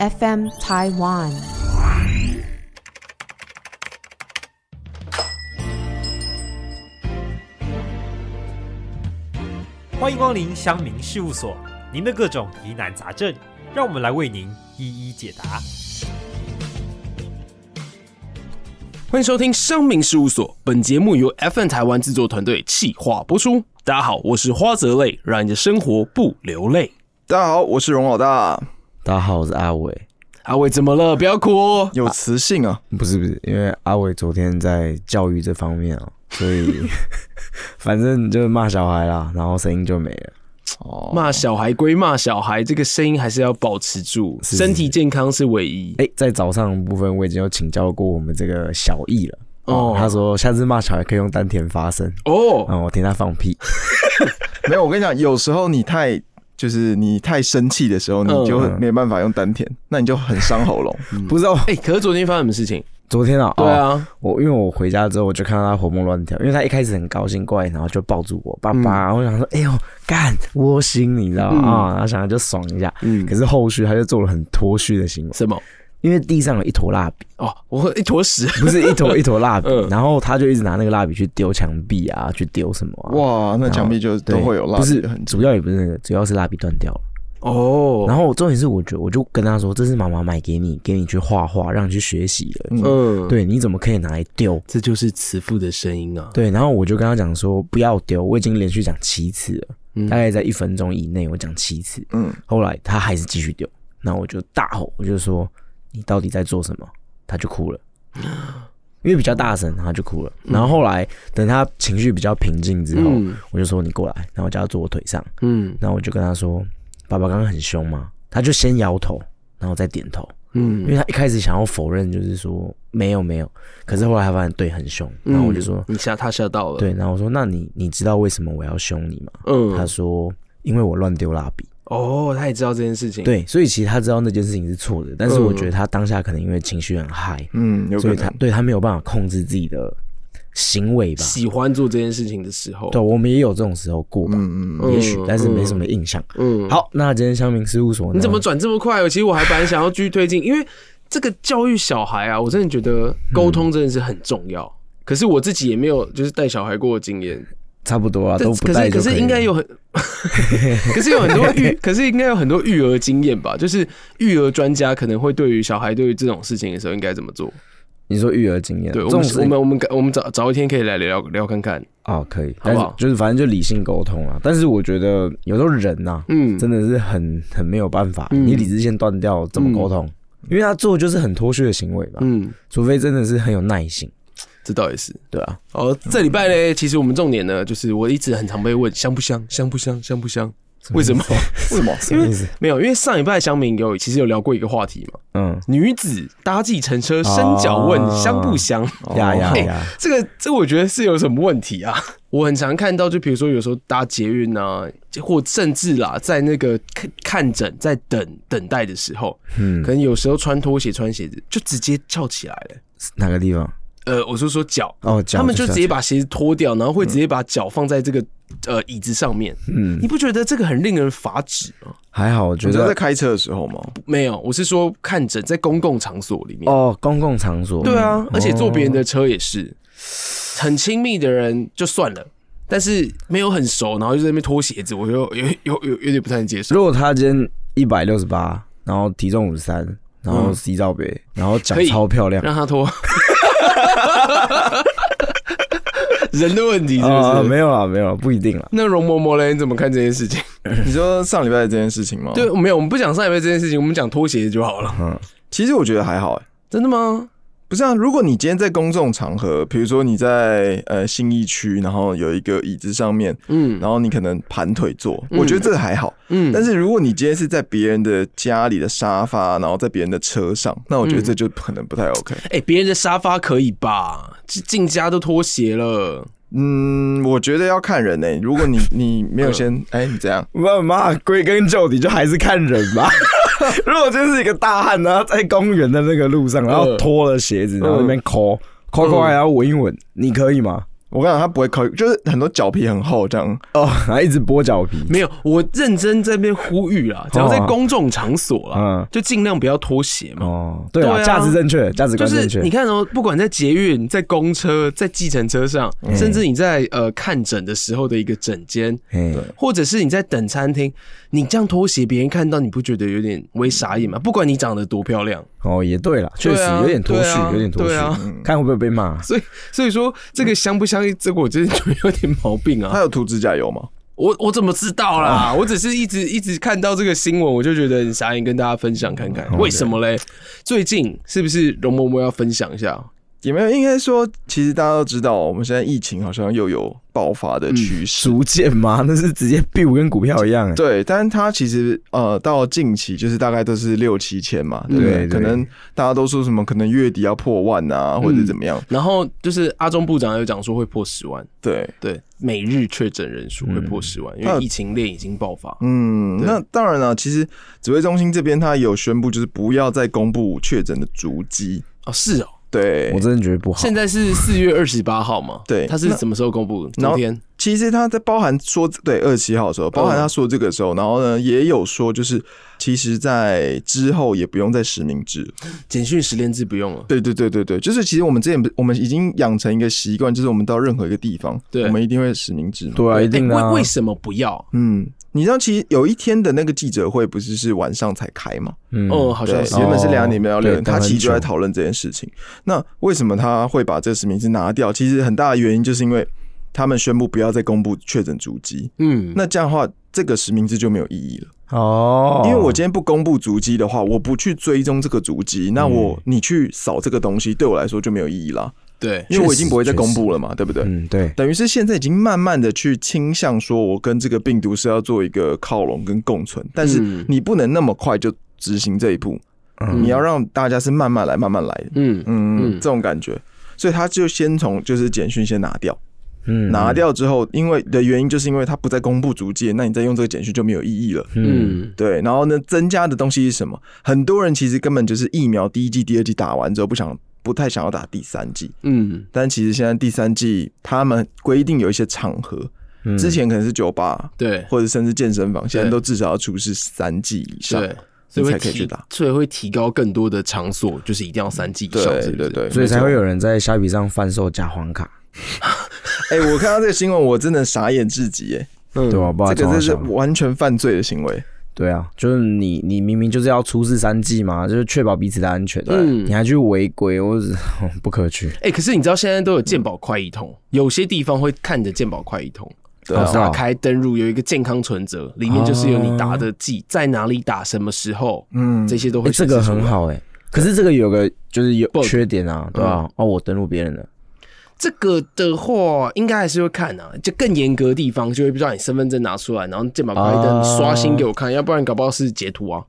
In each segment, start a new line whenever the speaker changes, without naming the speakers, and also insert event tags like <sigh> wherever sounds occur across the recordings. FM Taiwan。
欢迎光临乡民事务所，您的各种疑难杂症，让我们来为您一一解答。
欢迎收听商民事务所，本节目由 FN 台湾制作团队企划播出。大家好，我是花泽类，让你的生活不流泪。
大家好，我是荣老大。
啊大家好，我是阿伟。
阿伟怎么了？不要哭哦。
有磁性啊，
不是不是，因为阿伟昨天在教育这方面啊、所 <laughs> 以反正就是骂小孩啦，然后声音就没了。
骂小孩归骂小孩，这个声音还是要保持住，
是是
身体健康是唯一。
哎、在早上的部分我已经有请教过我们这个小易了。
哦
哦，他说下次骂小孩可以用丹田发声。
哦，
嗯，我听他放屁，
没有，我跟你讲，有时候你太就是你太生气的时候，你就
嗯
没办法用丹田，那你就很伤喉
<laughs>
咙。
不知道
哎，可是昨天发生什么事情？
昨嗯天啊，
对
哦，
啊，
我因为我回家之后我就看到他活蹦乱跳，因为他一开始很高兴过来，然后就抱住我爸爸，我想说，哎呦，干窝心，你知道吗？啊、然后想要就爽一下，
嗯
可，是后续他就做了很脱序的行为，
什么？
因为地上有一坨蜡
<laughs>
笔，
哦，我一坨屎。
不是一坨一坨蜡笔
嗯，
然后他就一直拿那个蜡笔去丢墙壁啊，去丢什么啊？
哇，那墙壁就
对
都会有蜡，
不是
很重。
主要也不是那个，主要是蜡笔断掉了。
哦，
然后重点是，我觉得我就跟他说，这是妈妈买给你，给你去画画，让你去学习的。
嗯，，
对，你怎么可以拿来丢？
这就是慈父的声音啊。
对，然后我就跟他讲说不要丢，我已经连续讲七次了，
嗯
大概在一分钟以内我讲七次。
嗯，
后来他还是继续丢，那我就大吼，我就说你到底在做什么？他就哭了，因为比较大声，然后他就哭了。然后后来等他情绪比较平静之后，
嗯
我就说你过来，然后我叫他坐我腿上，
嗯
然后我就跟他说爸爸刚刚很凶吗？他就先摇头，然后再点头，因
嗯，
为他一开始想要否认，就是说没有没有，可是后来他发现对很凶，然后我就说。
嗯你吓他吓到了。，
对，然后我说：“那你你知道为什么我要凶你吗？”他
嗯，
说：“因为我乱丢蜡笔。
哦，他也知道这件事”情。，
对，所以其实他知道那件事情是错的，但是我
嗯
觉得他当下可能因为情绪很嗨，
嗯，有
所
可
以他
能。
对他没有办法控制自己的行为吧。
喜欢做这件事情的时候。
对，我们也有这种时候过吧，
嗯嗯，
嗯
也许，但是没什么印象。
嗯，
好，那今天香明事务所呢，
你怎么转这么快？其实我还本来想要继续推进，因为这个教育小孩啊，我真的觉得沟通真的是很重要。
嗯
可是我自己也没有就是带小孩过的经验，
差不多啊？
但
都不
可
带
是
就
可是
以
应
了
该有很， <laughs> 可是有很
<laughs>
多育，可是应该有很多育儿经验吧？就是育儿专家可能会对于小孩对于这种事情的时候应该怎么做？
你说育儿经验，
对我
这种
们
事
我们我们我们早早一天可以来聊聊看看。
哦可以，
好
但
不
是
好
就是反正就理性沟通啊。但是我觉得有时候人啊呐，
嗯，
真的是很很没有办法，
嗯
你理智线断掉怎么沟通？因为他做就是很脱序的行为吧，
嗯，
除非真的是很有耐心，
这倒也是。
对啊，
哦，这礼拜嘞，其实我们重点呢，就是我一直很常被问香不香，香不香，香不香？为什么？
为什么？
什么意思？
没有，因为上一拜香民有其实有聊过一个话题嘛，
嗯，
女子搭计程车伸脚问
哦
香不香？
呀
<laughs>
呀
哎
呀，
这个这我觉得是有什么问题啊？我很常看到，就比如说有时候搭捷运啊，或甚至啦，在那个看看诊在等等待的时候，
嗯
可，能有时候穿拖鞋穿鞋子就直接翘起来了。
哪个地方？
呃，我是说脚。
哦，脚
他们就直接
是
把鞋子脱掉，然后会直接把脚放在这个呃椅子上面。
嗯
你，不觉得这个很令人发指吗？
还好，我觉
你知道在
得
开车的时候
<laughs>
吗？
没有，我是说看诊在公共场所里面。
哦，公共场所，
对啊
嗯，
而且坐别人的车也是，很亲密的人就算了，但是没有很熟，然后就在那边脱鞋子，我就有有有有点不太能接受。
如果他今天一百六十八，然后体重五十三，然后 C 罩杯，然后脚
嗯可以
超漂亮，
<laughs> 让他脱，人的问题是
啊，
不是？
没有啦，没有啦，不一定啦。
那容嬷嬷嘞，你怎么看这件事情？
哦
你说上礼拜的这件事情吗？
对，，没有，我们不讲上一辈这件事情，我们讲脱鞋就好了。
其实我觉得还好、欸。
真的吗？
不是啊，如果你今天在公众场合，比如说你在呃信义区，然后有一个椅子上面，
嗯
然后你可能盘腿坐，我觉得这个还好。
嗯，
但是如果你今天是在别人的家里的沙发，然后在别人的车上，那我觉得这就可能不太 OK。
哎，别人的沙发可以吧？进进家都脱鞋了，
嗯，我觉得要看人呢、如果你你没有先，哎、你怎样？
妈妈，归根究底就还是看
<laughs>
人吧。如果真是一个大汉，然后在公园
嗯
的那个路上，然后脱了鞋子，然后在那边抠抠抠，然后闻一闻，你可以吗？
我跟你讲，他不会考，就是很多脚皮很厚这样。
哦，还一直剥脚皮，
没有，我认真在那边呼吁啦，只要在公众场所啦，
啊嗯
就尽量不要脱鞋嘛。
哦，对啊，
对啊
价值正确，价值
就
观正
是
确
你，看哦，不管在捷运、在公车、在计程车上，甚至你在呃看诊的时候的一个诊间，
嘿，
或者是你在等餐厅，你这样脱鞋，别人看到你不觉得有点微傻
嗯
眼吗？不管你长得多漂亮，
哦，也对了，确实
对啊
有点脱
对
序
啊，
有点脱序
对啊，
看会不会被骂。
所以所以说这个香不香，这个我真的觉得有点毛病啊
他。有涂指甲油吗？
我我怎么知道啦？我只是一直一直看到这个新闻，我就觉得很傻眼，跟大家分享看看为什么嘞？最近是不是容嬷嬷要分享一下？
也没有，应该说，其实大家都知道，我们现在疫情好像又有爆发的趋势。
逐渐吗？ <laughs> 那是直接币跟股票一样欸，
对，但是它其实呃，到近期就是大概都是六七千嘛，对不对？
对对
可能大家都说什么，可能月底要破万啊，或者怎么样。
然后就是阿中部长有讲说会破十万，
对，
对，每日确诊人数会破十万，因
他有
为疫情链已经爆发。
嗯，那当然了，其实指挥中心这边它有宣布，就是不要再公布确诊的足迹。
哦，是哦，
对，
我真的觉得不好。
现在是四月二十八号嘛？
对
他是什么时候公布？
然
昨
后
天
其实他在包含说对二十七号的时候，包含他说这个时候，然后呢也有说就是，其实，在之后也不用再实名制。
简讯十连字不用了。
对对对对对，就是其实我们之前不我们已经养成一个习惯，就是我们到任何一个地方，
对
我们一定会实名制嘛。
对啊，一定
哎
啊。
为为什么不要？
嗯，你知道其实有一天的那个记者会不是是晚上才开吗？
嗯
哦，好
对
像是，
原本是
哦
两点半到六点，
对
他其实就在
当然久
讨论这件事情。那为什么他会把这个实名制拿掉？其实很大的原因就是因为他们宣布不要再公布确诊足迹，
嗯，
那这样的话，这个实名制就没有意义了。
哦，
因为我今天不公布足迹的话，我不去追踪这个足迹，那
嗯
我你去扫这个东西，对我来说就没有意义啦，
对，
因为我已经
确实
不会再公布了嘛，对不对？
嗯对，
等于是现在已经慢慢的去倾向说，我跟这个病毒是要做一个靠拢跟共存，但是
嗯
你不能那么快就执行这一步，
嗯
你要让大家是慢慢来，慢慢来，
嗯
嗯，
嗯
这种感觉。所以他就先从就是简讯先拿掉，
嗯
拿掉之后，因为的原因就是因为他不再公布足迹，那你再用这个简讯就没有意义了。
嗯
嗯，
对，然后呢，增加的东西是什么？很多人其实根本就是疫苗第一剂、第二剂打完之后，不想不太想要打第三剂。
嗯，
但其实现在第三剂他们规定有一些场合，
嗯
之前可能是酒吧
对，
或者甚至健身房，现在都至少要出示三剂以上。
对，所以会
你才可以
提
去打，
所以会提高更多的场所，就是一定要三剂以上，
对
是不
对
是？
对，
所以才会
没错。
有人在虾皮上贩售假黄卡，
哎、我看到这个新闻，我真的傻眼至极，哎，
嗯
对吧？不知
这
道怎
个
么
这是
想
完全犯罪的行为。
对啊，就是你你明明就是要出示三剂嘛，就是确保彼此的安全，
嗯
你还去违规，我只 <laughs> 不可取。
哎、可是你知道现在都有健保快一通，有些地方会看着健保快一通，
对
哦是啊
啊，
打开登入有一个健康存折，里面就是有你打的
哦
剂，在哪里打，什么时候，
嗯，
这些都
哎，
会
这
显示出
个
来、
很好哎，可是这个有个就是有
Bug
缺点
嗯
啊，对吧？哦，我登录别人的，
这个的话，应该还是会看啊，就更严格的地方就会让你身份证拿出来，然后健保快一登、
啊
哦
你刷新给我看，要不然搞不好是截图啊。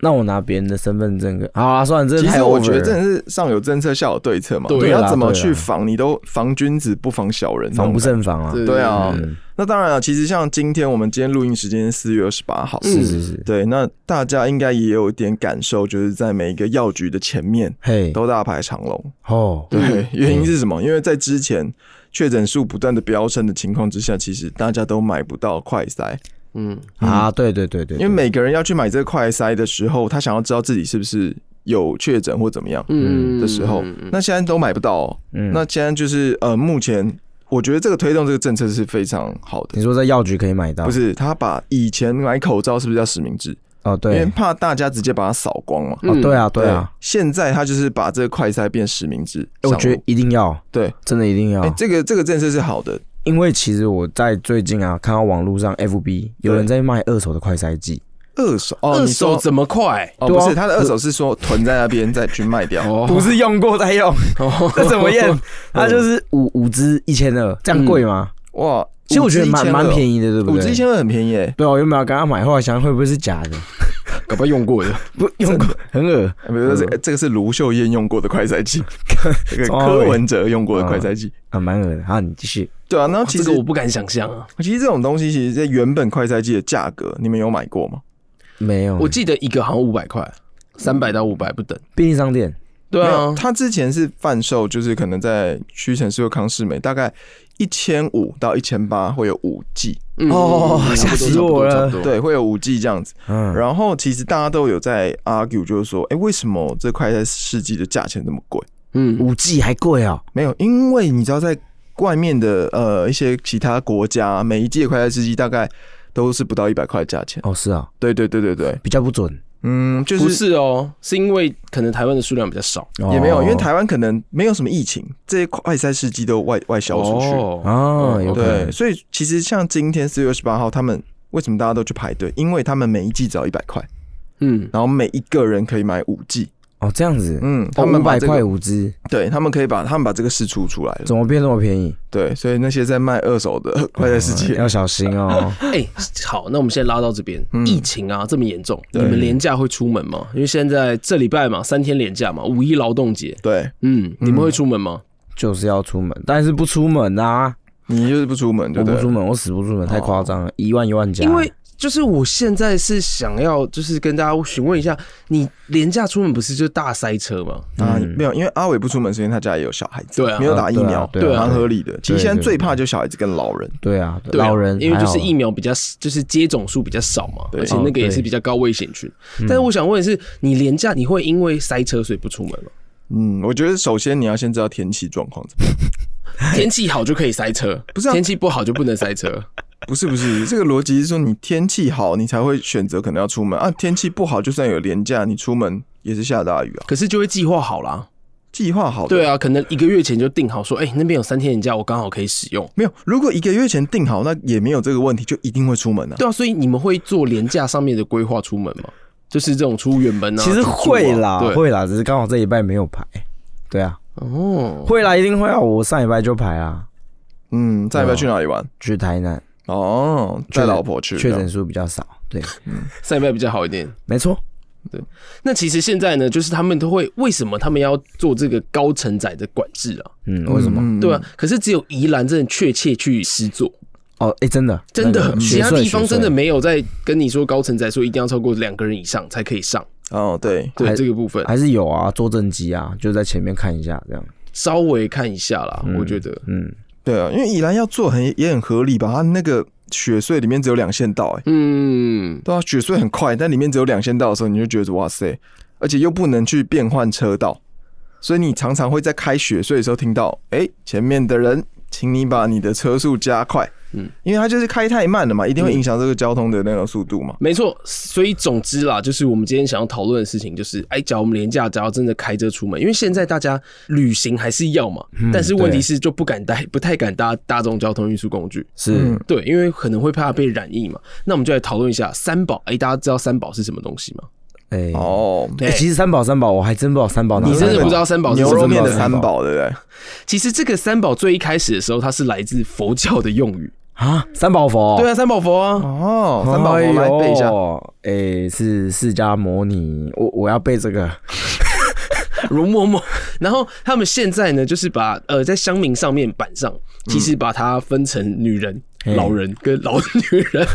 那我拿别人的身份证跟好啊，算了，这
其
太
实我
over
觉得
了。
真的是上有政策，下有对策嘛。
对
你
啦
要怎么
对啦
去防？你都防君子不防小人，
防不。胜防啊，
对啊
嗯，
那当然了，其实像今天我们今天录音时间是四月二十八号，
是是是，
对，那大家应该也有一点感受，就是在每一个药局的前面
嘿，
都大排长
<laughs>
龙。
哦，
对，原因是什么？因为在之前确诊数不断的飙升的情况之下，其实大家都买不到快筛，
嗯，
啊，对对对对，
因为每个人要去买这个快筛的时候，他想要知道自己是不是有确诊或怎么样
嗯
的时候，那现在都买不到、哦。
嗯
那现在就是呃，目前我觉得这个推动这个政策是非常好的
你。说在药局可以买到，
不是他把以前买口罩是不是叫实名制？
哦，
因为
对，
怕大家直接把它扫光嘛。
哦，对啊，对啊，，
现在他就是把这个快筛变实名制
哎
上路。
我觉啊得一定要，
对，
真的一定要
哎、，这个这个政策是好的，
因为其实我在最近啊，看到网络上 FB 有人在卖二手的快筛剂，
二手哦，
二
你说
手怎么快？
哦
对啊
不是他的二手是说囤在那边再去卖掉。
哦
<laughs> 不是用过再用，这怎么 <laughs> 验？它就是五五支一千二，这样贵吗？
哇，
其实我觉得蛮蛮便
宜，
宜的，对不
五
对？
支一千二很便宜耶，
对啊，我原本要跟他买，后来想会不会是假的？
搞不好用过的。
不用过，很恶
哎比如说这个这个是卢秀燕用过的快筛
<laughs>
机，这个
从头到
柯
尾
文哲用过的快筛机。
啊，蛮恶的。好，你继续。
对啊，那 <laughs> 其
这
实
个我不敢想象啊！
其实这种东西，其实在原本快筛机的价格，你们有买过吗？
没有，
我记得一个好像五百块，三百到五百不等。
便利商店
对
没有
啊，
他之前是贩售，就是可能在屈臣氏或康士美，大概一千五到一千八会有五 G，
嗯
哦吓死我了！
差不多差不多差不多
对，会有五 G 这样子。
嗯，
然后其实大家都有在 argue，就是说，哎、为什么这快餐世纪的价钱那么贵？
嗯，
五 G 还贵哦，
没有，因为你知道在外面的呃一些其他国家，每一季的快餐世纪大概都是不到一百块价钱。
哦是啊，
对对对对对，
比较不准，
嗯，就
不
是
是哦，是因为可能台湾的数量比较少，
也没有，因为
哦
台湾可能没有什么疫情，这些快餐世纪都外外销出去。
哦，
哦有可
对，
能，
所以其实像今天四月二十八号，他们为什么大家都去排队？因为他们每一季只要一百块，
嗯，
然后每一个人可以买五 G。
哦这样子，
嗯，他
哦
们
五
把
百
这
块
个，
五只，
对他们可以把他们把这个事出出来了。
怎么变这么便宜？
对，所以那些在卖二手的快餐世纪，
要小心 <laughs> 哦。
哎，好，那我们现在拉到这边，疫情啊这么严重，你们廉假会出门吗？因为现在这礼拜嘛，三天廉假嘛，五一劳动节，
对
嗯，你们会出门吗？
就是要出门，但是不出门啊！
你就是不出门，对
我
不
不
对
出？门，我死不出门，太夸张了，一万一万加。
哦因为就是我现在是想要，就是跟大家询问一下，你廉价出门不是就大塞车吗？
啊，没有，因为阿伟不出门，是因为他家也有小孩子，
对啊
没有打疫苗
啊，对啊对啊
蛮合理的。其实现在
对对
最怕就小孩子跟老人，
对啊，
对啊
老人
因为就是
还好
疫苗比较，就是接种数比较少嘛，
对
而且那个也是比较高危险群。但是我想问的是，你廉价你会因为塞车所以不出门吗？
嗯，我觉得首先你要先知道天气状况怎么样。
天气好就可以塞车，不
是啊
天气不好就不能塞车。
不是不是，这个逻辑是说你天气好，你才会选择可能要出门啊。天气不好，就算有廉价，你出门也是下大雨啊。
可是就会计划好啦，
计划好的，
对啊，可能一个月前就定好说，哎、那边有三天年假，我刚好可以使用。
没有，如果一个月前定好，那也没有这个问题，就一定会出门啊。
对啊，所以你们会做廉价上面的规划出门吗？就是这种出远门啊，啊
其实会啦，
对，
会啦，只是刚好这礼拜没有排。对啊，
哦，
会啦，一定会啊！我上礼拜就排啦，
嗯，再不要去哪里玩
去台南，
哦，带老婆去。
确诊数比较少。对，
塞外比较好一点。
没错，
那其实现在呢，就是他们都会为什么他们要做这个高承载的管制啊？
嗯，为什么？
嗯
对啊，可是只有宜兰真的确切去实做，
哦，哎，真的，
真
那
的嗯
个
其他
雪穗
地方
雪穗
真的没有在跟你说高承载说一定要超过两个人以上才可以上。
哦，对，
对
还
这个部分
还是有啊，坐正机啊，就在前面看一下这样。
稍微看一下啦，我觉得，
嗯，
对啊，因为宜兰要做很也很合理吧？它那个雪隧里面只有两线道、欸，哎，
嗯，
对啊，雪隧很快，但里面只有两线道的时候，你就觉得哇塞，而且又不能去变换车道，所以你常常会在开雪隧的时候听到，哎、前面的人，请你把你的车速加快，嗯，因为它就是开太慢了嘛，一定会
嗯
影响这个交通的那个速度嘛。
没错。所以总之啦，就是我们今天想要讨论的事情，就是哎，假如我们廉价，只要真的开车出门，因为现在大家旅行还是要嘛，但是问题
嗯对
是就不敢搭，不太敢搭大众交通运输工具。嗯
是
对，因为可能会怕被染疫嘛。那我们就来讨论一下三宝。哎、大家知道三宝是什么东西吗？
哎，
嗯
哦，
哎，其实三宝三宝我还真不知道啊三宝哪
你
来
真的
的
不知道三宝是什
牛
么
肉
东西
面
吗
的三宝，对不对？
其实这个三宝最一开始的时候，它是来自佛教的用语。
啊？三宝佛
对啊，三宝佛啊，
哦，三宝我来背一下，
哎呦。哎，是释迦摩尼，我我要背这个。
容嬷 <laughs> 嬷。然后他们现在呢，就是把呃在乡民上面板上，其实把它分成女人、
嘿
老人跟老女人。 <laughs>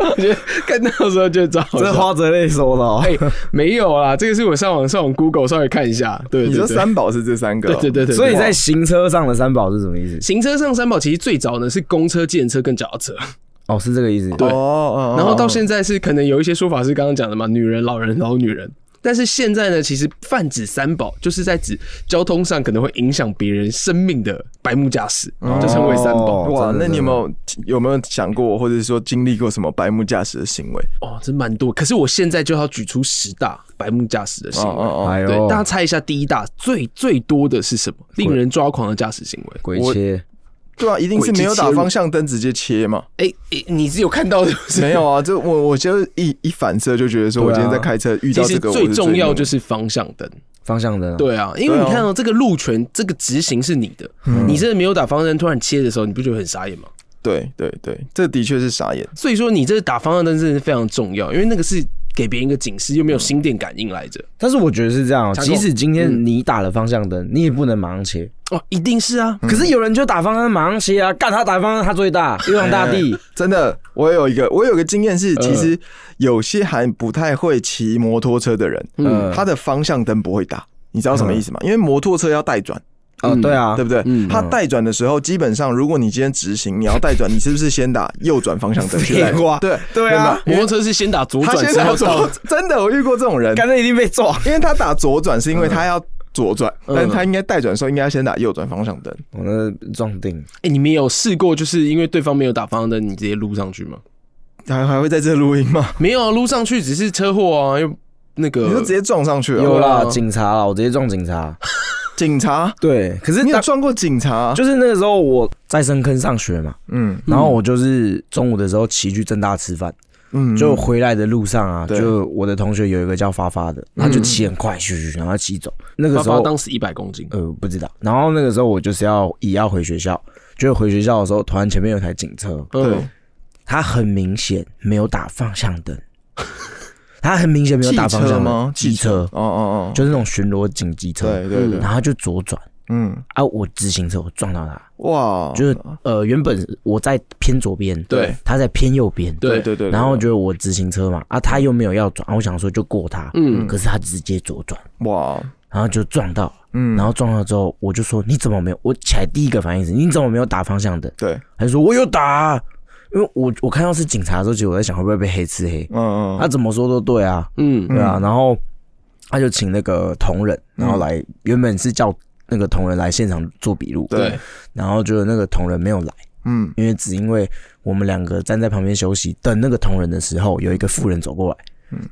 我觉得看到的时候就知道好
这
笑。
花泽类说的哦。
哎、没有啦，这个是我上网上网 Google 稍微看一下。对
你
对
说
对
三宝是这三个哦、
对对对 <laughs> 对，
所以
对
在行车上的三宝是什么意思？
行车上三宝其实最早呢是公车、电车跟脚踏车，
哦，是这个意思。
对
哦，哦，哦
然后到现在是可能有一些说法是刚刚讲的嘛，女人、老人、老女人。但是现在呢，其实泛指三宝，就是在指交通上可能会影响别人生命的白目驾驶，就称为三宝。
哦
哇，
真的
那你有
真
没
的
有有没有想过，或者说经历过什么白目驾驶的行为？
哦，真蛮多。可是我现在就要举出十大白目驾驶的行为。
哦
哎
对，
呦，
大家猜一下，第一大最最多的是什么？令人抓狂的驾驶行为。
鬼切，
对啊，一定是没有打方向灯直接切嘛？
哎、诶你是有看到的？
没有啊，这我我就一一反射就觉得说，我
对啊
今天在开车遇
其
到
实
这个，
最重要就是是方向灯。
方向灯啊。
对啊，因为
对
你
啊嗯
看哦，这个路权这个执行是你的，你真的没有打方向灯，突然切的时候，你不觉得很傻眼吗？
对对对，这的确是傻眼。
所以说，你这个打方向灯真的是非常重要，因为那个是给别人一个警示，又没有心电感应来着。
但是我觉得是这样哦，
强攻
即使今天你打了方向灯，你也不能马上切，
哦，一定是啊，
可是有人就打方向盘马上切啊，干他打方向他最大，玉皇大帝。
真的，我有一个，我有个经验是，
嗯
其实有些还不太会骑摩托车的人，
嗯
他的方向灯不会打，你知道什么意
嗯
思吗？因为摩托车要带转，
<laughs> 哦，对啊，
对不对？他带转的时候，基本上如果你今天直行，你要带转，你是不是先打右转方向灯去带
废话
对
对啊，
摩托车是先打左
他
转
先
之
打
后到
左， <laughs> 真的，我遇过这种人，
干脆一定被撞。
因为他打左转是因为他要左转，
嗯
但是他应该带转的时候应该先打右转方向灯。
我那撞定，
哎、你们有试过就是因为对方没有打方向灯，你直接撸上去吗？
还还会在这录音吗？
没有啊，撸上去只是车祸啊，又那个
你就直接撞上去
呃有
了。
啦，警察啦，我直接撞警察。
警察，
对，可是
你有
当
撞过警察？
就是那个时候我在深坑上学嘛，
嗯
然后我就是中午的时候骑去正大吃饭，
嗯，
就回来的路上啊，
对嗯
就我的同学有一个叫发发的，他就骑很快，咻咻，咻然后骑走。那个
爸
时
爸
候
当时一百公斤，
呃不知道，然后那个时候我就是要也要回学校，就回学校的时候，突然前面有台警车，
对，
嗯
他很明显没有打方向
<laughs>
灯，他很明显没有
汽
打方向
车
灯
吗？
机车
哦哦哦，
就是那种巡逻警机车，
对对对
然，后他就左转
嗯，
啊，我直行车我撞到
哦
他，
哇，
就是呃原本我在偏左边，
对，
他在偏右边，
对
对对对，
然后觉得我直行车嘛，啊，他又没有要转，啊我想说就过他，
嗯
可是他直接左转，
哇，
然后就撞到，
嗯，
然后撞到之后，我就说你怎么没有？我起来第一个反应是你怎么没有打方向灯？
对，
他就说我有打啊、因为我我看到是警察的时候，其实我在想会不会被黑吃黑，
嗯
他、
嗯，
怎么说都对啊，
嗯，
对啊，然后他就请那个同仁，
嗯
然后来、原本是叫那个同仁来现场做笔录，
对，
然后就那个同仁没有来，
嗯，
因为只因为我们两个站在旁边休息，等那个同仁的时候，有一个妇人走过来，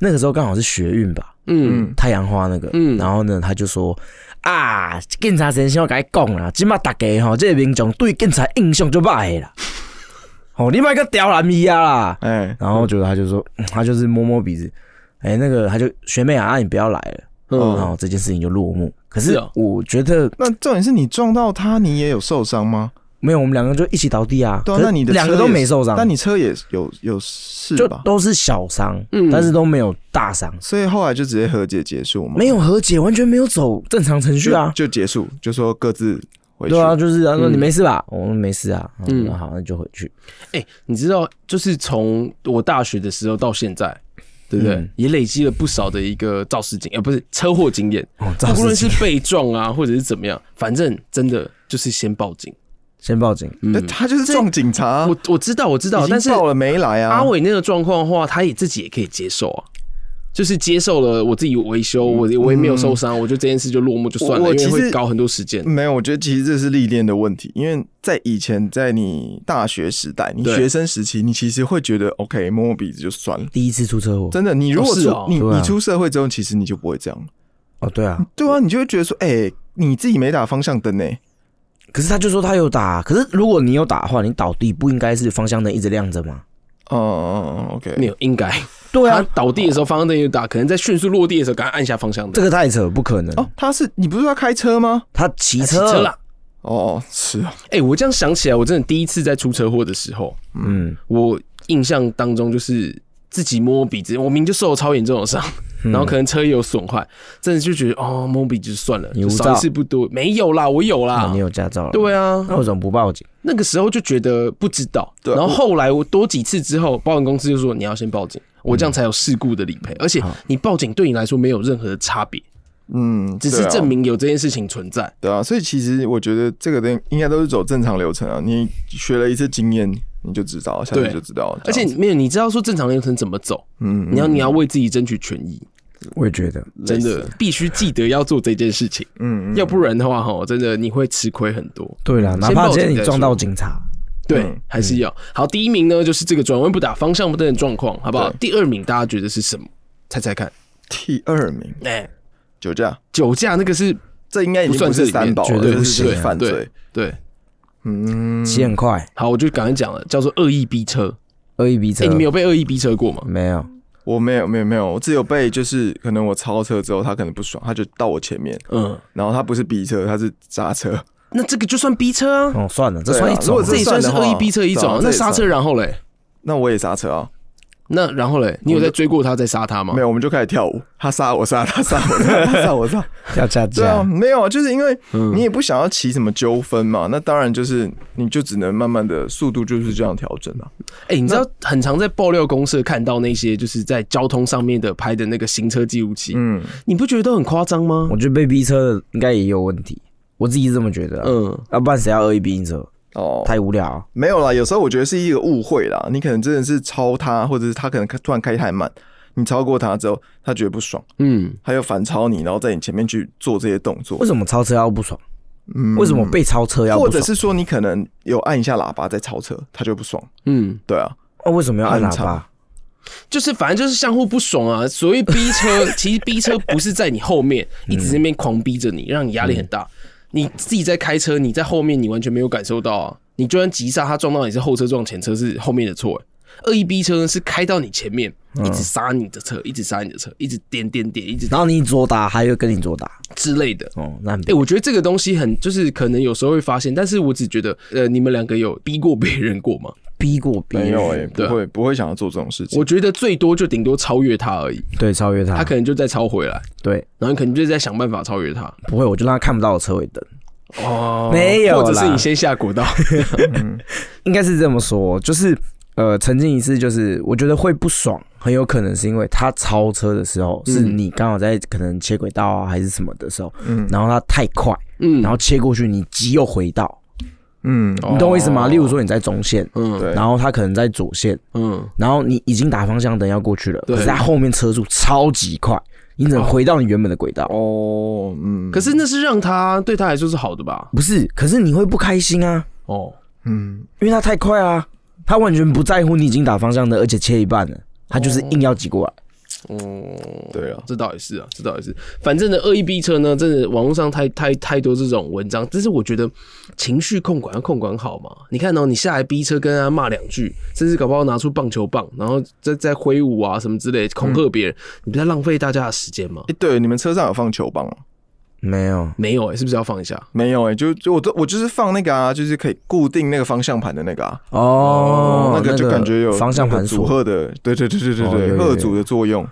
那个时候刚好是学运吧，
嗯
太阳花那个，
嗯
然后呢，他就说啊，警察先生我甲伊讲啦，即马大家吼，这个民众对警察印象就
<laughs>
歹的啦，哦，你莫个刁难伊啊啦，
哎，
然后就他就说，嗯他就是摸摸鼻子，哎、那个他就学妹啊，啊你不要来了，
嗯
然后这件事情就落幕。可
是
是
哦
我觉得
哦那重点是你撞到他，你也有受伤吗？
没有，我们两个就一起倒地啊，
对啊
可，是
那你的
两个
车
都
也
没受伤，
但你车也有有事
就
吧？
都是小伤，
嗯
但是都没有大伤，
所以后来就直接和解结束嘛？
没有和解，完全没有走正常程序啊。
就就结束，就说各自回去。
对啊，就是他说
嗯
你没事吧？我说没事啊，
嗯
嗯，那好，那就回去。
哎、你知道，就是从我大学的时候到现在，对不对？
嗯
也累积了不少的一个肇事经，呃，不是车祸经验，
哦，肇
无
事
论是
情
被撞啊，或者是怎么样，反正真的就是先报警。
先报警，
那他就是撞警察啊，
嗯我我知道，我知道，
已
但
经
是
到了没来啊？
阿伟那个状况的话，他也自己也可以接受啊。就是接受了我自己维修，我我也没有受伤，我就这件事就落幕就算了，
嗯我我
因为
其实嗯
会搞很多时间。
没有，我觉得其实这是历练的问题，因为在以前，在你大学时代、你
对
学生时期，你其实会觉得 OK，摸摸鼻子就算了。
第一次出车祸。
真的，你如果
哦是
出、
哦
你
对啊
你出社会之后，其实你就不会这样了。
哦，对啊，
对啊，你就会觉得说，哎、你自己没打方向灯呢、
可是他就说他有打，啊可是如果你有打的话，你倒地不应该是方向灯一直亮着吗？
哦哦哦，OK，
没有，应该
对
啊
他，倒地的时候方向灯有打，可能在迅速落地的时候赶快按下方向
这
灯。
个太扯，不可能。
哦，他是你不是要开车吗？
他骑
骑
车
车啦，，
哦，是啊，
哎、我这样想起来，我真的第一次在出车祸的时候，
嗯，
我印象当中就是自己摸鼻子，我明明就受了超严重的伤，
嗯
然后可能车也有损坏，真的就觉得哦，摸鼻子就算了，
你
就
无
少一
照
次不多，没有啦，我有啦
哦你，有驾照了，
对啊，
那为什么不报警？
那个时候就觉得不知道，
对啊
然后后来我多几次之后，保险公司就说你要先报警，我
嗯
这样才有事故的理赔，而且你报警对你来说没有任何的差别，
嗯，
只是
对啊
证明有这件事情存在。
对啊，所以其实我觉得这个东应该都是走正常流程啊。你学了一次经验，你就知道，下次
对
就知道了。
而且
这样子
没有，你知道说正常流程怎么走，
嗯，
你要你要为自己争取权益，
我也觉得，
真的必须记得要做这件事情，
嗯，嗯
要不然的话哈，真的你会吃亏很多。
对啦，哪
先
怕
报
今天
警
你
再
撞到
说
警察，
对
嗯，
还是要好。第一名呢，就是这个转弯不打方向灯的状况，好不好？第二名大家觉得是什么？猜猜看。
第二名
哎，
酒驾，
酒驾那个是
这应该已经不是三宝
不
了，
算这里面绝对
这
不
是
行
这是犯罪
对。对。
嗯，
骑很快，
好，我就赶快讲了，叫做恶意逼车。
恶意逼车
哎，，你们有被恶意逼车过吗？
没有？
我没有没有没有，我只有被就是可能我超车之后，他可能不爽，他就到我前面，
嗯，
然后他不是逼车，他是刹车，
那这个就算逼车啊，
哦，算了，这
对啊
算一
如
种
果
啊，
这也算是
这算的
恶
话
意逼车一
对啊
种。
这
那
也算
刹车然后嘞，
那我也刹车啊，
那然后嘞，你有在追过他，再杀他吗？
没有，我们就开始跳舞，他杀我杀他杀我杀他杀我杀。
要加
对啊，
价，
没有，啊，就是因为
嗯
你也不想要起什么纠纷嘛，那当然就是你就只能慢慢的速度就是这样调整啊。
嗯
哎、你知道很常在爆料公社看到那些就是在交通上面的拍的那个行车记录器，
嗯，
你不觉得都很夸张吗
我？觉得被逼车的应该也有问题，我自己是这么觉得、嗯，
嗯，
要不然谁要恶意逼你车？
哦，
太无聊、啊。
没有啦，有时候我觉得是一个误会啦，你可能真的是超他，或者是他可能突然开太慢，你超过他之后，他觉得不爽，
嗯，
他又反超你，然后在你前面去做这些动作
为。什么超车要不爽？
嗯
为什么被超车要不
或
爽？
者是说你可能有按一下喇叭在超车，他就不爽。
嗯，
对啊，
哦，为什么要按
很
喇
长
叭？
就是反正就是相互不爽啊。所谓逼车，其实逼车不是在你后面一直在那边狂逼着你，让你压力很大。你自己在开车，你在后面你完全没有感受到啊。你就算急刹，他撞到你是后车撞前车是后面的错、欸。恶意逼车是开到你前面，一直刹你的车，一直刹你的车，一直点点点，一直
嗯然后你一左打，他又跟你左打，
之类的。
哦，那很
哎、我觉得这个东西很，就是可能有时候会发现，但是我只觉得，呃，你们两个有逼过别人过吗？
逼过别
没
人，
有哎、不
对啊
会不会想要做这种事情。
我觉得最多就顶多超越他而已，
对，超越他，
他可能就再超回来，
对，
然后你可能就在想办法超越他。
不会，我就让他看不到我车尾灯，
哦
没哎有啦
或者是你先下
<laughs>
国道。
应该是这么说，就是呃，曾经一次就是我觉得会不爽，很有可能是因为他超车的时候，是你刚好在可能切轨道啊还是什么的时候，然后他太快，
嗯
然后切过去，你急又回道，
嗯，
你懂我意思吗？例如说你在中线，
嗯
对
然后他可能在左线，
嗯，
然后你已经打方向灯要过去了，
对
可是他后面车速超级快，你只能回到你原本的轨道。
哦，嗯，
可是那是让他对他来说是好的吧？
不是，可是你会不开心啊，
哦，
嗯，
因为他太快啊，他完全不在乎你已经打方向灯，而且切一半了，他就是硬要挤过来。
对啊，
这倒也是啊，这倒也是。反正呢，恶意逼车呢，真的网络上太太太多这种文章，但是我觉得情绪控管要控管好嘛。你看哦，你下来逼车跟他骂两句，甚至搞不好拿出棒球棒，然后再再挥舞啊什么之类，恐吓别人，你不在浪费大家的时间吗？
哎、对，你们车上有放球棒哦吗？
没有，
没有哎、是不是要放一下？
没有哎、就就我都我就是放那个啊，就是可以固定那个方向盘的那个啊，
哦，
那个就感觉有
方向
那
盘
个
锁
组合的，对对对对对
哦有
对，
有有
二组的作用。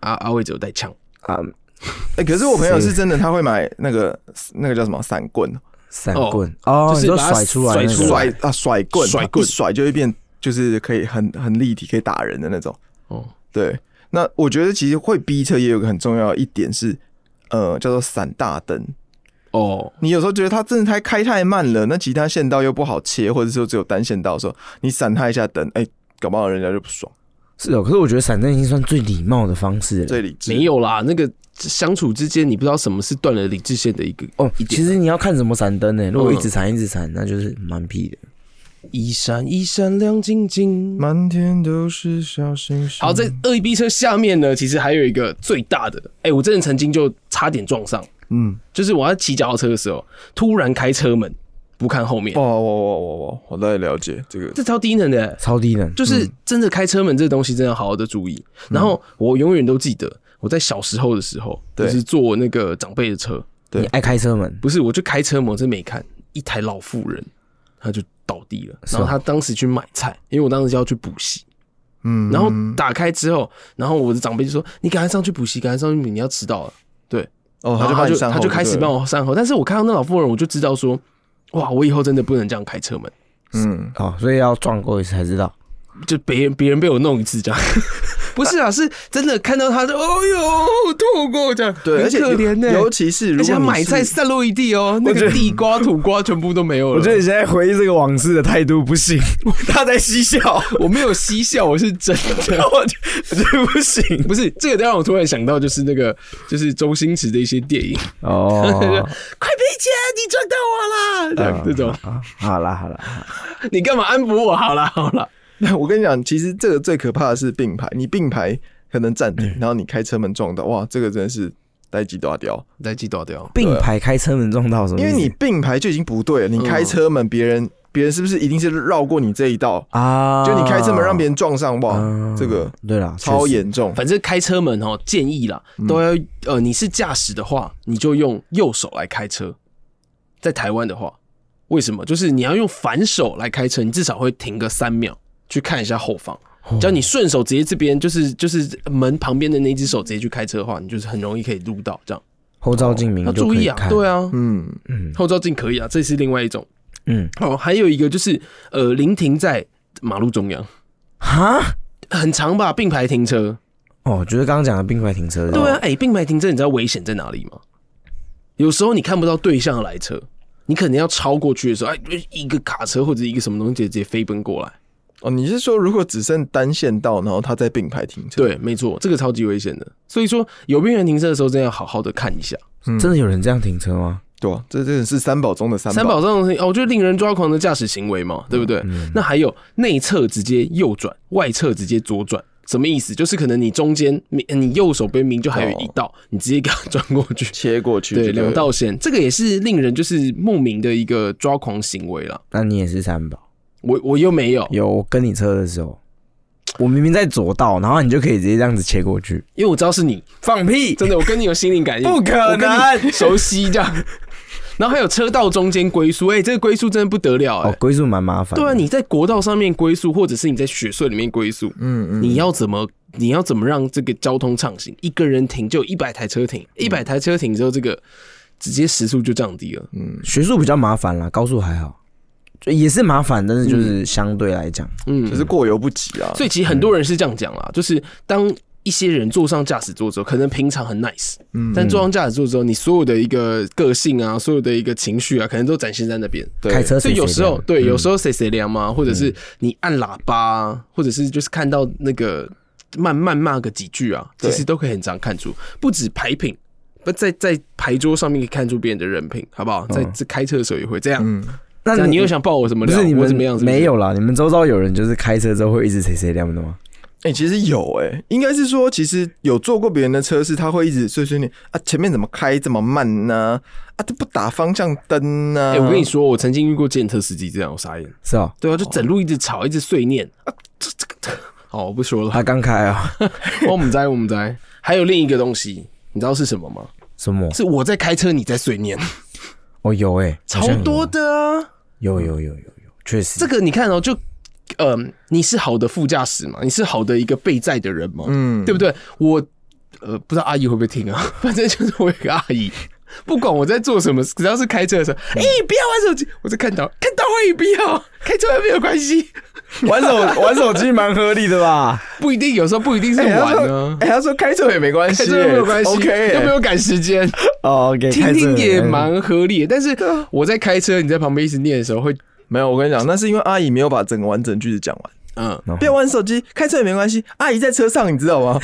阿阿伟只有带枪，
啊，
哎、可是我朋友是真的，他会买那个那个叫什么散棍，
闪棍哦，
就是
你说
把它
甩出来
甩
那个，
出来
甩啊甩棍，
甩棍
一甩就会变，就是可以很很立体，可以打人的那种。
哦，
对，那我觉得其实会逼车也有个很重要的一点是，呃，叫做闪大灯。
哦，
你有时候觉得它真的太开太慢了，那其他线道又不好切，或者说只有单线道的时候，你闪它一下灯，哎、搞不好人家就不爽，
是哦，可是我觉得闪灯已经算最礼貌的方式了。
最理智。
没有啦，那个相处之间，你不知道什么是断了理智线的一个
哦，
一点
啊
其实你要看什么闪灯呢？如果
嗯
一直闪一直闪，那就是蛮屁的。
一闪一闪亮晶晶。
满天都是小星星。
好，在恶意逼车下面呢，其实还有一个最大的，哎、我真的曾经就差点撞上，
嗯，
就是我要骑脚踏车的时候，突然开车门，不看后面
哇，哇哇哇哇，我大概了解这个。
这超低能的、哎
超低能，
就是
嗯
真的开车门这东西，真的好好的注意。然后我永远都记得，我在小时候的时候，就
对
是坐那个长辈的车，
对
你爱开车门，
不是我就开车门，我真没看，一台老妇人，她就倒地了，
是
然
啊
后她当时去买菜，因为我当时要去补习，
嗯，
然后打开之后，然后我的长辈就说：“你赶快上去补习，赶快上去补习，你要迟到了。”对，
哦，
然
他
后
就
他
把你
就
删
他
后
就
对
开始
了
帮我善后。但是我看到那老妇人，我就知道说，哇，我以后真的不能这样开车门，
嗯，
哦，所以要撞过一次才知道。
就别人别人被我弄一次这样。 <laughs> 不是啊，是真的看到他就，哦呦，吐过这样，
对，
很
而且
可怜呢、欸
尤其是
而
如
且
果
他
你
买
是
菜散落一地哦，那
我觉
个
得
地瓜、土瓜全部都没有了。
你现在回忆这个往事的态度不行，他在嬉笑，
<laughs> 我没有嬉笑， <laughs> 我是真的。
我觉得不行
不是这个，让我突然想到就是那个，就是周星驰的一些电影，
<laughs>
哦。
<laughs> 快赔钱！你撞到我啦！这样这种，
啊，好啦好啦，
你干嘛安抚我？好啦好啦，
<laughs> 我跟你讲，其实这个最可怕的是并排，你并排可能暂
嗯
停，然后你开车门撞到，哇，这个真的是呆鸡大掉，
再记多掉。
并排开车门撞
嗯
到什么意
啊因
思？
为你并排就已经不对了，你开车门，别人别人是不是一定是绕过你这一道？
啊，
就你开车门让别人撞上，哇
啊，
这个
对啦，
超
确实
严重。
反正开车门哦，建议啦，
嗯
都要、呃，你是驾驶的话，你就用右手来开车。在台湾的话，为什么？就是你要用反手来开车，你至少会停个三秒去看一下后方。
哦
只要你顺手直接这边就是就是门旁边的那只手直接去开车的话，你就是很容易可以录到这样。
后照镜明
要
就
注
可
意
以
啊
看，，
对啊，
嗯，
嗯
后照镜可以啊，这是另外一种。
嗯，
哦，还有一个就是呃，临停在马路中央，
哈，
很长吧，并排停车。
哦，就是刚刚讲的并排停车，
对啊，，哎、并排停车，你知道危险在哪里吗？有时候你看不到对向的来车，你可能要超过去的时候，哎，一个卡车或者一个什么东西直接飞奔过来。
哦，你是说如果只剩单线道，然后他在并排停车？，
对，没错，这个超级危险的。所以说，有边缘停车的时候，真的要好好的看一下。
真的有人这样停车吗？
对啊，这真的是三宝中的三
三
宝。
宝嗯这种东西，哦，就令人抓狂的驾驶行为嘛，对不对？那还有内侧直接右转，外侧直接左转，什么意思？就是可能你中间你你右手边明就还有一道，你直接给它转过去，
切过去，
对，两。道线，这个也是令人就是莫名的一个抓狂行为啦。
那你也是三宝，
我我又没有，
有我跟你车的时候，我明明在左道，然后你就可以直接这样子切过去，
因为我知道是你，
放屁！
真的，我跟你有心灵感应，
不可能
我跟你熟悉这样。然后还有车道中间龟速，哎、这个龟速真的不得了、哎、
哦，龟速蛮麻烦的。
对啊，你在国道上面龟速，或者是你在雪隧里面龟速，
嗯嗯，
你要怎么你要怎么让这个交通畅行？一个人停就一百台车停，一百台车停之后，这个直接时速就降低了。
学术比较麻烦啦，高速还好，就也是麻烦，但是就是相对来讲，
嗯，
就是过犹不及啊。
所以其实很多人是这样讲啦，就是当一些人坐上驾驶座之后，可能平常很 nice，
嗯
但坐上驾驶座之后，你所有的一个个性啊，所有的一个情绪啊，可能都展现在那边。
对
开车
所
谁
以有
谁嗯
时候
的
对，有时候谁谁凉嘛，或者
嗯
是你按喇叭、啊，或者是就是看到那个慢慢骂个几句啊，其
对
实都可以很常看出，不止牌品。不在在牌桌上面可以看出别人的人品，好不好？
嗯
在这开车的时候也会这样。
嗯，
那
这样你又想爆我什么
不
料？
是你
我
们
怎么样是不是
没有啦，你们周遭有人就是开车之后会一直谁谁亮的吗？
哎、其实有哎、应该是说，其实有坐过别人的车，是他会一直碎碎念啊，前面怎么开这么慢呢、啊？他不打方向灯呢、
哎、我跟
嗯
你说，我曾经遇过建车司机这样，我傻眼。
是哦，
对啊，就整路一直吵，一直碎念啊，这这个， <laughs> 好，我不说了。
他刚开哦，
<laughs> 我们在，我们在，还有另一个东西，你知道是什么吗？
什么？
是我在开车，你在碎念，
哦，有哎，
<laughs>
好
超
像有
多，的啊。
有有有有有，确实
这个你看哦，就，嗯、你是好的副驾驶嘛？你是好的一个备载的人嘛？
嗯，
对不对？我呃，不知道阿姨会不会听啊， <laughs> 反正就是我有个阿姨。不管我在做什么，只要是开车的时候，哎、不要玩手机，我就看到看到会不要开车没有关系，<laughs>
玩手玩手机蛮合理的吧？
不一定，有时候不一定是
哎、
玩啊
他
呢、
说，哎、他说开车也没关系、
开
欸，
车没有关系
OK，、欸、
又没有赶时间，
哦
<laughs>
，OK，
听
开车
听也蛮合理的。但是
啊
我在开车，你在旁边一直念的时候会， <laughs>
没有？我跟你讲，那是因为阿姨没有把整个完整句子讲完。
嗯，
不要玩手机，开车也没关系。阿姨在车上，你知道吗？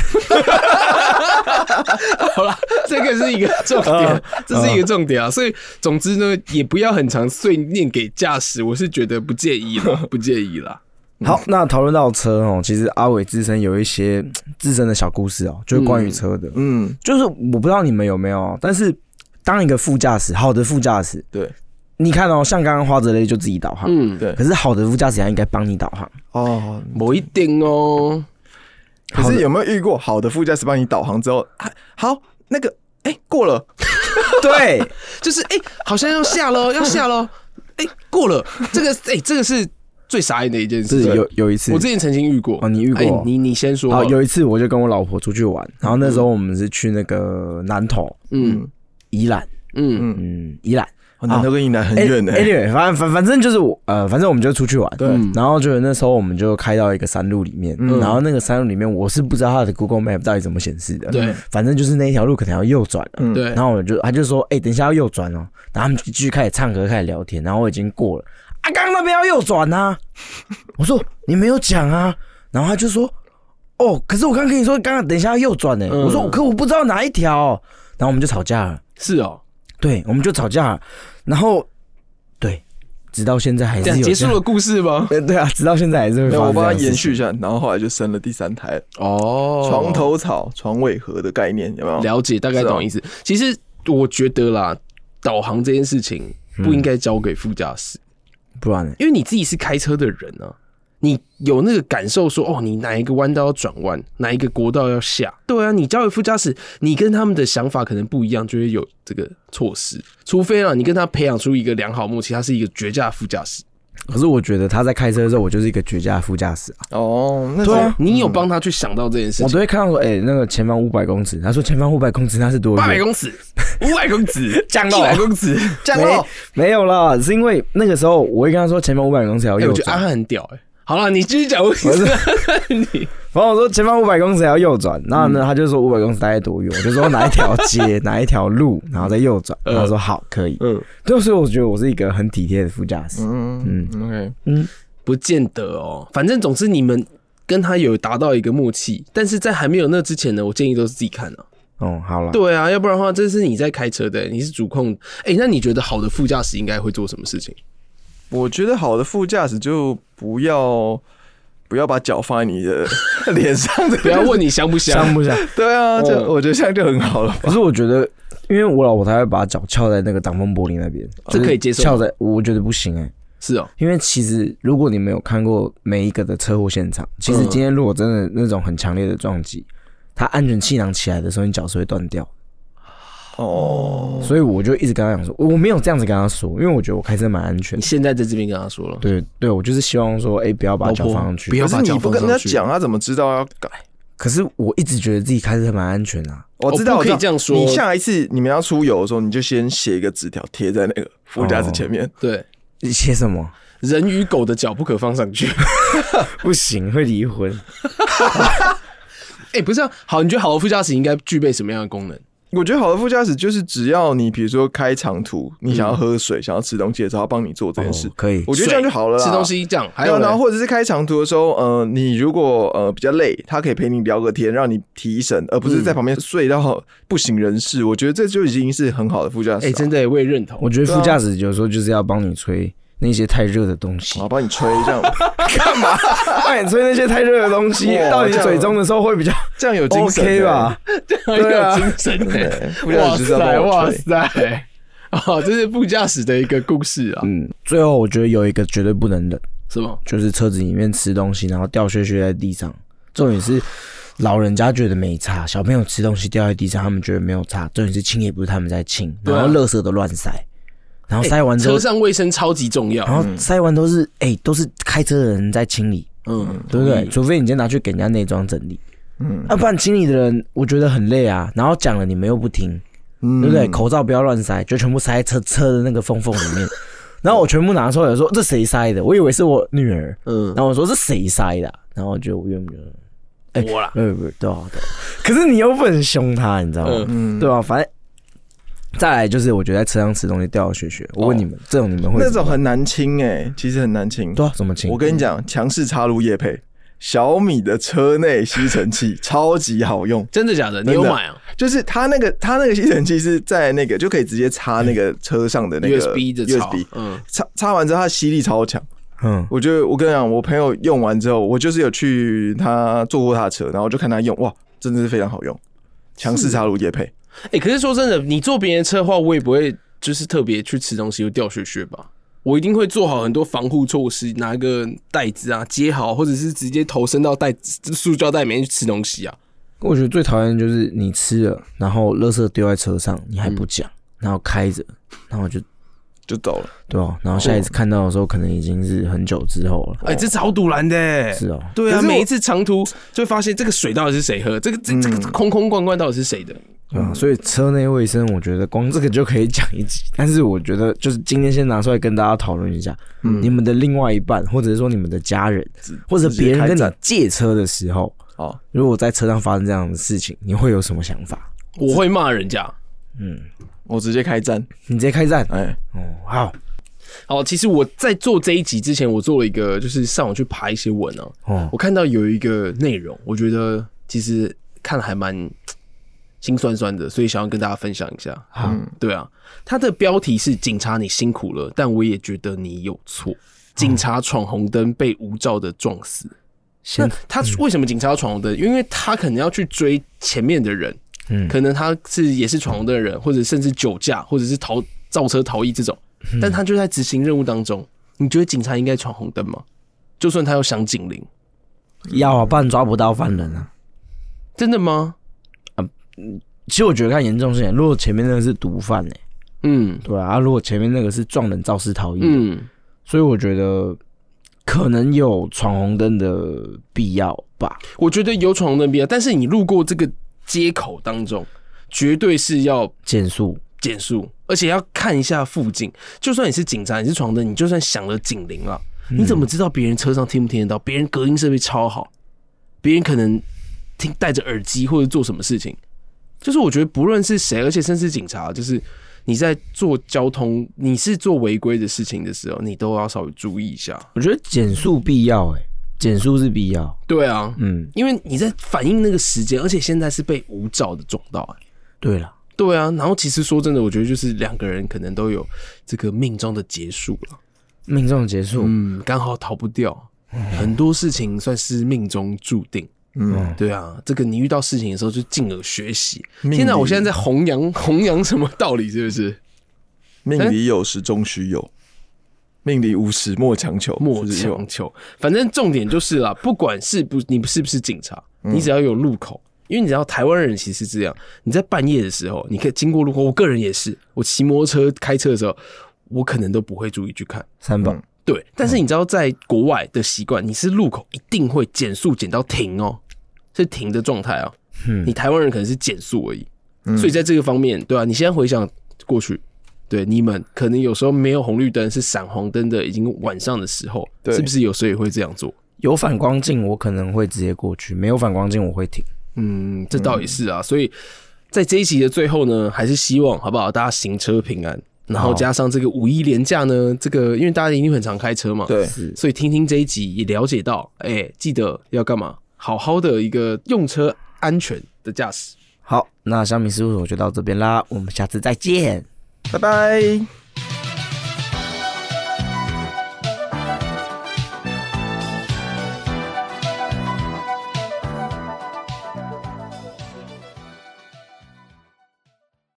好啦，这个是一个重
啊
点， <laughs> 这是一个重点啊。所以总之呢，也不要很常碎念给驾驶，我是觉得不建议啦，不建议
<laughs>
啦。
嗯好，那讨论到车哦，其实阿伟自身有一些嗯自身的小故事哦，就是关于车的，
嗯，
就是我不知道你们有没有，但是当一个副驾驶，好的副驾驶，
对，
你看哦，像刚刚花泽类就自己导航，
嗯，
对
可是好的副驾驶他应该帮你导航，
哦。
某一定哦，
可是有没有遇过好的副驾驶帮你导航之后，啊、好那个哎、过了，
对，
就是哎、好像要下喽，要下喽，哎、过了，这个哎、这个是最傻眼的一件事
是
情。
有有一次
我之前曾经遇过
哦你遇过
哎你你先说好
好，
了，
有一次我就跟我老婆出去玩，然后那时候我们是去那个南投、
嗯
宜兰，
嗯
嗯
嗯，宜兰，
哦南头跟宜兰很远呢、
哎，anyway，反反反正就是我呃，反正我们就出去玩，
对
嗯然后就那时候我们就开到一个山路里面，
嗯
然后那个山路里面我是不知道它的 Google Map 到底怎么显示的，
对，
反正就是那一条路可能要右转了。
嗯
对，
然后我就，他就说，哎、等一下要右转哦。然后他们就继续开始唱歌，开始聊天。然后我已经过了，啊，刚刚那边要右转呐、啊。我说你没有讲啊。然后他就说，哦，可是我刚刚跟你说，刚刚等一下要右转呢、
嗯
我说，可我不知道哪一条、哦然后我们就吵架了，
是哦，
对，我们就吵架了。然后，对，直到现在还
这
是
样
有
结束了故事吗？
这 <laughs> 样。呃对啊，直到现在还是会
没
发
有，
生
我帮他
这样的事
延续
情
一下，然后后来就生了第三胎了
哦
床头草、床尾和的概念有没有？
了解，大概
是哦
懂意思。其实我觉得啦，导航这件事情不应该交给副驾驶，
不然呢、
因为你自己是开车的人啊，你有那个感受说，哦，你哪一个弯道要转弯，哪一个国道要下，对啊，你交给副驾驶，你跟他们的想法可能不一样，就会有这个措施。除非啊，你跟他培养出一个良好默契，他是一个绝佳的副驾驶，
可是我觉得他在开车的时候，我就是一个绝佳的副驾驶啊，
哦，那
对
是
啊，你有帮他去想到这件事
我
情
都。会看到说，哎，那个前方五百公尺，他说前方五百公尺那是多远？
八百公尺，五百公尺，
降
一
落
百公尺。
降
没
哦
落，
没有啦，是因为那个时候我会跟他说前方五百公尺要
哎，
右
我觉得
转
阿，汉很屌哎。好了，你继续讲，我
我是
你
然后我说前方五百公尺要右转，
嗯
然后呢他就说五百公尺大概多远，我 <laughs> 就说哪一条
<laughs>
街哪一条路，然后再右转，
嗯
他说好可以，
嗯，
对，所以我觉得我是一个很体贴的副驾驶，
嗯嗯，OK，
<laughs> 不见得哦。反正总之你们跟他有达到一个默契，但是在还没有那之前呢，我建议都是自己看啊。
哦，好了，
对啊，要不然的话，这是你在开车的，你是主控。哎、那你觉得好的副驾驶应该会做什么
<laughs>
事情？
我觉得好的副驾驶就不要不要把脚放在
<laughs>
你的脸上，
不要问你香不香，
上不下。
对啊，这
哦
我觉得这样就很好了。
可是我觉得，因为我老婆她会把脚翘在那个挡风玻璃那边，
这可以接受
翘在我觉得不行哎、
是哦，
因为其实如果你没有看过每一个的车祸现场，其实今天如果真的那种很强烈的撞击，它安全气囊起来的时候，你脚是会断掉。
哦，
所以我就一直跟她讲说，我没有这样子跟她说，因为我觉得我开车蛮安全
你。现在在这边跟他说了，
对对，我就是希望说，哎、不要把脚
老婆
放上去。
不要
可
把
是你
脚
不
放
跟
上
他
去。
讲，啊他怎么知道要改？
可是我一直觉得自己开车蛮安全啊。
我知道，
哦
我
不可
知
以
道
这样说
你下一次你们要出游的时候，你就先写一个纸条贴在
哦
那个副驾驶前面。
对，
写什么？
人与狗的脚不可放上去。 <laughs>
不行，会离婚。
哎、不是啊，好，你觉得好的副驾驶应该具备什么样的功能？
我觉得好的副驾驶就是，只要你比如说开长途，你想要
嗯
喝水、想要吃东西的时候，他帮你做这件事
哦。可以
我觉得这样就好了啦。啊
吃东西这样，还
没
有
有，
呢
然后或者是开长途的时候，呃，你如果呃比较累，他可以陪你聊个天，让你提神，而不是
嗯
在旁边睡到不省人事。我觉得这就已经是很好的副驾驶
哎、
了。
真的耶我也认同。
我觉得副驾驶有时候就是要帮你吹那些太热的东西
好，，帮你吹这样，
<laughs> 帮你吹那些太热的东西
哇
到你
这样
嘴中的时候会比较
这样有精神、欸
OK 吧？？
很
对啊
有精神
真
耶
的副驾驶就是要帮我
哇
吹
塞，哇塞，哦，这是副驾驶的一个故事啊，
嗯，最后我觉得有一个绝对不能忍，
什么？
就是车子里面吃东西然后掉屑屑在地上，重点是。老人家觉得没差，小朋友吃东西掉在地上，他们觉得没有差。重点是清也不是他们在清，
对
然
啊
后垃圾都乱塞，然后塞完之后哦
车，上卫生超级
嗯
重
然
要，
后塞完都是哎、都是开车的人在清理，
嗯，
对不对？除非你今天拿去给人家内装整理，嗯，啊，不然清理的人我觉得很累啊。然后讲了你们又不听，
嗯
对不对？口罩不要乱塞，就全部塞在车车的那个缝缝里
<laughs>
面。然后我全部拿出来，我说这谁塞的？我以为是我女儿，嗯，然后我说是谁塞的啊、然后我觉得我岳母就，哎、我啦，对不对？对啊，对啊。可是你又不能凶他，你知道吗？
嗯，
对啊，反正再来就是，我觉得在车上吃东西掉到血血，我问你们，这种你们
哦
会
那
怎
种
么办
很难清哎、其实很难清。
对啊，怎么清？
我跟你讲，强势插入叶配，小米的车内吸尘器超级好用，
真的假的？你
真
有
的
买啊
就是它那个它那个吸尘器是在那个就可以直接插那个车上的那个
？USB 的槽
USB，
嗯，
插插完之后它吸力超强。
嗯，
我觉得我跟你讲，我朋友用完之后，我就是有去他坐过他的车，然后我就看他用，哇，真的是非常好用，强势插入叶配。
哎、可是说真的，你坐别人的车的话，我也不会就是特别去吃东西又掉屑屑吧。我一定会做好很多防护措施，拿一个袋子啊接好，或者是直接头伸到袋子塑胶袋里面去吃东西啊。
我觉得最讨厌就是你吃了，然后垃圾丢在车上，你还不
嗯
讲，然后开着，然后就
就走了，
对哦，然后下一次看到的时候，可能已经是很久之后了。
哎、这超堵然的、欸。
是哦，
对
可
啊，
是我嗯
每一次长途就会发现这个水到底是谁喝，这个这这个空空罐罐到底是谁的？
对
嗯
啊，所以车内卫生，我觉得光这个就可以讲一集。但是我觉得，就是今天先拿出来跟大家讨论一下，
嗯
你们的另外一半，或者是说你们的家人，或者别人跟你借车的时候，
哦，
如果在车上发生这样的事情，你会有什么想法？
我会骂人家。
我直接开战，
你直接开战
哎，
哦，好
好，其实我在做这一集之前，我做了一个就是上网去爬一些文啊，
哦
我，看到有一个内容，我觉得其实看了还蛮心酸酸的，所以想要跟大家分享一下。
好，
对啊，它的标题是“警察你辛苦了，但我也觉得你有错”。
嗯
警察闯红灯被无照的撞死，那
先
嗯
他为什么警察要闯红灯？因为他可能要去追前面的人，
嗯
可能他是也是闯红灯的人，或者甚至酒驾，或者是逃造车逃逸这种，但他就在执行任务当中。你觉得警察应该闯红灯吗？就算他有响警铃，
要啊，不然抓不到犯人啊。
真的吗？
其实我觉得看严重性，如果前面那个是毒贩呢、欸
嗯
对啊，啊如果前面那个是撞人肇事逃逸，
嗯，
所以我觉得可能有闯红灯的必要吧。
我觉得有闯红灯必要，但是你路过这个街口当中，绝对是要
减速，
减速，而且要看一下附近。就算你是警察，你是闯红灯，你就算响了警铃啊了，你
嗯
怎么知道别人车上听不听得到？别人隔音设备超好，别人可能听戴着耳机或者做什么事情。就是我觉得不论是谁，而且甚至警察，就是你在做交通，你是做违规的事情的时候，你都要稍微注意一下。
我觉得减速必要、欸，哎，减速是必要。
对啊，
嗯，
因为你在反应那个时间，而且现在是被无照的撞到、欸
对了，
对啊，然后其实说真的，我觉得就是两个人可能都有这个命中的结束了，
命中结束，
嗯，刚好逃不掉，很多事情算是命中注定。
嗯，
对啊，这个你遇到事情的时候就进而学习。
命
天哪，
里
我现在在弘扬弘扬什么道理？是不是？
命里有时终须有，命里无时莫强求，
莫
是不是有
强求，反正重点就是啦，不管是不你是不是警察，你只要有路口，因为你知道台湾人其实是这样，你在半夜的时候，你可以经过路口，我个人也是，我骑摩托车开车的时候，我可能都不会注意去看。
三宝、
嗯
对，但是你知道，在国外的习惯，你是路口一定会减速减到停哦，是停的状态哦。
嗯
你台湾人可能是减速而已，所以在这个方面，对啊，你现在回想过去，对你们可能有时候没有红绿灯，是闪黄灯的，已经晚上的时候，
对
是不是有时候也会这样做？
有反光镜，我可能会直接过去；没有反光镜，我会停。
嗯，这倒也是啊。所以在这一集的最后呢，还是希望好不好？大家行车平安，然后
好
加上这个五一连假呢，这个因为大家一定很常开车嘛，
对，
所以听听这一集也了解到，哎、记得要干嘛？好好的一个用车安全的驾驶。
好，那香米事务所就到这边啦，我们下次再见。
拜拜。